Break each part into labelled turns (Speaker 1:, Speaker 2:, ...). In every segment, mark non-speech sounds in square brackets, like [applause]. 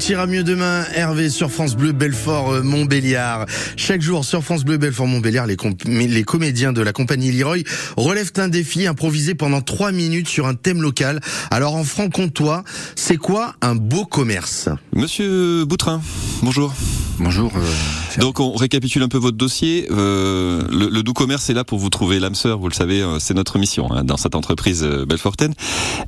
Speaker 1: Tout ira mieux demain, Hervé, sur France Bleu Belfort euh, Montbéliard. Chaque jour sur France Bleu Belfort Montbéliard, les, com- les comédiens de la compagnie Leroy relèvent un défi improvisé pendant trois minutes sur un thème local. Alors en franc-comtois, c'est quoi un beau commerce
Speaker 2: Monsieur Boutrin, bonjour.
Speaker 3: Bonjour. euh,
Speaker 2: Donc on récapitule un peu votre dossier. Euh, le, le doux commerce est là pour vous trouver l'âme sœur, vous le savez, euh, c'est notre mission hein, dans cette entreprise euh, Belfortaine.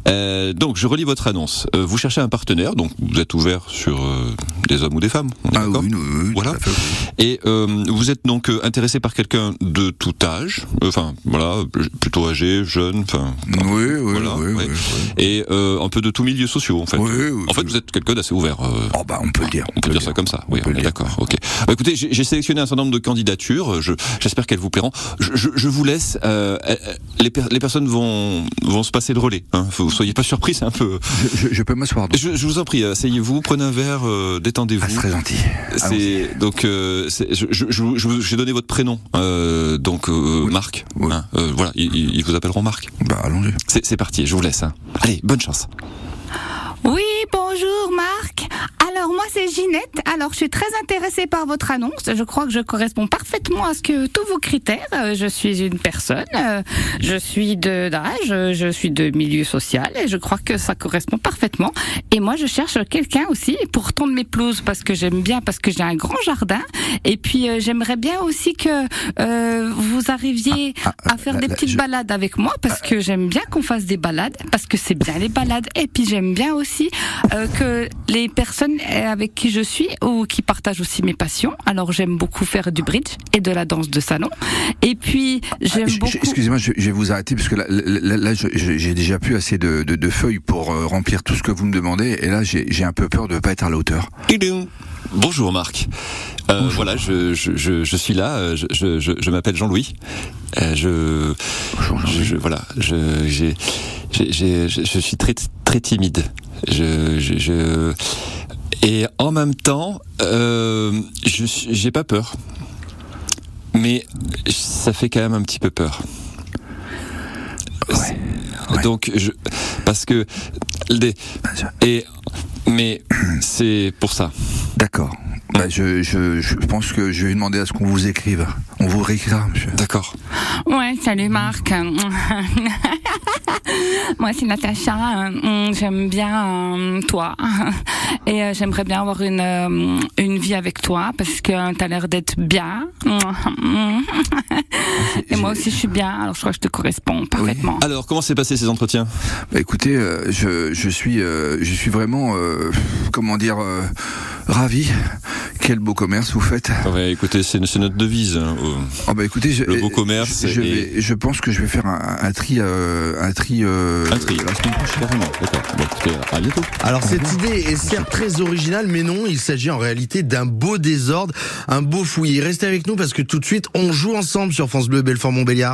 Speaker 2: Euh, donc je relis votre annonce. Euh, vous cherchez un partenaire, donc vous êtes ouvert sur euh, des hommes ou des femmes. on est
Speaker 3: ah
Speaker 2: d'accord
Speaker 3: oui, oui, oui, tout
Speaker 2: Voilà.
Speaker 3: à fait, oui.
Speaker 2: Et euh, vous êtes donc euh, intéressé par quelqu'un de tout âge, euh, enfin voilà, plutôt âgé, jeune, enfin
Speaker 3: Oui, oui,
Speaker 2: Voilà,
Speaker 3: oui,
Speaker 2: ouais.
Speaker 3: oui, oui.
Speaker 2: et euh, un peu de tous milieux sociaux en fait.
Speaker 3: Oui, oui,
Speaker 2: En fait
Speaker 3: oui.
Speaker 2: vous êtes quelqu'un d'assez ouvert. euh,
Speaker 3: Oh, bah, on peut le dire.
Speaker 2: On peut dire ça comme ça, oui,
Speaker 3: peut
Speaker 2: on,
Speaker 3: le
Speaker 2: est
Speaker 3: dire.
Speaker 2: d'accord, ok. Bah, écoutez, j'ai j'ai sélectionné un certain nombre de candidatures, euh, je- j'espère qu'elles vous plairont. Je, je- je vous laisse, euh, euh, les, per- les personnes vont, vont se passer de relais, hein. Faut- soyez pas surpris, c'est un peu...
Speaker 3: Je, je- je peux m'asseoir. donc.
Speaker 2: Je, je vous en prie, asseyez-vous, prenez un verre, euh,
Speaker 3: Ah, c'est
Speaker 2: détendez-vous.
Speaker 3: très gentil. Allons-y.
Speaker 2: C'est donc euh, c'est- je, je, je vous- je vous- j'ai donné votre prénom euh, donc euh, Marc
Speaker 3: Oui.
Speaker 2: hein, euh, voilà ils, ils- ils vous appelleront Marc
Speaker 3: Bah, allons-y.
Speaker 2: c'est c'est parti je vous laisse hein. allez bonne chance
Speaker 4: Oui, bonjour Marc. Alors moi c'est Ginette. Alors je suis très intéressée par votre annonce. Je crois que je corresponds parfaitement à ce que tous vos critères. Euh, Je suis une personne, euh, je suis de d'âge, euh, je suis de milieu social et je crois que ça correspond parfaitement. Et moi je cherche quelqu'un aussi pour tondre mes pelouses parce que j'aime bien parce que j'ai un grand jardin et puis euh, j'aimerais bien aussi que euh, vous arriviez
Speaker 3: Ah, ah,
Speaker 4: à faire
Speaker 3: là,
Speaker 4: des
Speaker 3: là,
Speaker 4: petites
Speaker 3: je- Ah, euh.
Speaker 4: balades avec moi parce que j'aime bien qu'on fasse des balades parce que c'est bien les balades et puis j'aime bien aussi euh, que les personnes euh, avec qui je suis ou qui partagent aussi mes passions alors j'aime beaucoup faire du bridge et de la danse de salon et puis j'aime
Speaker 3: Ah, Je- je-
Speaker 4: beaucoup
Speaker 3: Excusez-moi, je, je vais vous arrêter parce que là, là, là, là, je- je- j'ai déjà plus assez de, de- de feuilles pour euh, remplir tout ce que vous me demandez et là j'ai j'ai un peu peur de pas être à la hauteur.
Speaker 2: Tidou. bonjour Marc Euh, voilà je, je, je, je suis là euh, je, je, je- je m'appelle Jean-Louis Euh, je,
Speaker 3: Bonjour,
Speaker 2: je,
Speaker 3: Jean-Louis.
Speaker 2: je- voilà je, j'ai, j'ai- j'ai- je, je suis très très timide je, je, je- et en même temps euh, je suis- j'ai pas peur mais ça fait quand même un petit peu peur
Speaker 3: Ouais. Ouais.
Speaker 2: donc je parce que les, et mais c'est pour ça
Speaker 3: D'accord. Bah, je, je, je pense que je vais demander à ce qu'on vous écrive. On vous réécrira, monsieur.
Speaker 2: d'accord
Speaker 4: ouais salut Marc [laughs] moi c'est Natacha Euh, j'aime bien euh, toi [laughs] et euh, j'aimerais bien avoir une euh, une vie avec toi parce que t'as l'air d'être bien [laughs] Mm. Et moi aussi, je suis bien, alors je crois que je te corresponds parfaitement.
Speaker 2: Alors, comment s'est passé ces entretiens
Speaker 3: Bah, écoutez, euh, je, je suis euh, je suis vraiment euh, comment dire euh, ravi. Quel beau commerce vous faites.
Speaker 2: Ouais, écoutez, c'est c'est notre devise. hein, euh,
Speaker 3: Oh, bah, écoutez, je,
Speaker 2: Le beau
Speaker 3: euh,
Speaker 2: commerce
Speaker 3: Je, je
Speaker 2: et-
Speaker 3: vais- je pense que je vais faire un, un tri euh, un tri. euh,
Speaker 2: Un tri.
Speaker 3: la
Speaker 2: La semaine prochaine, carrément. D'accord. Bon, écoutez, à bientôt.
Speaker 1: Alors cette idée est certes très originale, mais non, il s'agit en réalité d'un beau désordre, un beau fouillis. Restez avec nous parce que tout de suite, on joue ensemble sur France Bleu Belfort Montbéliard.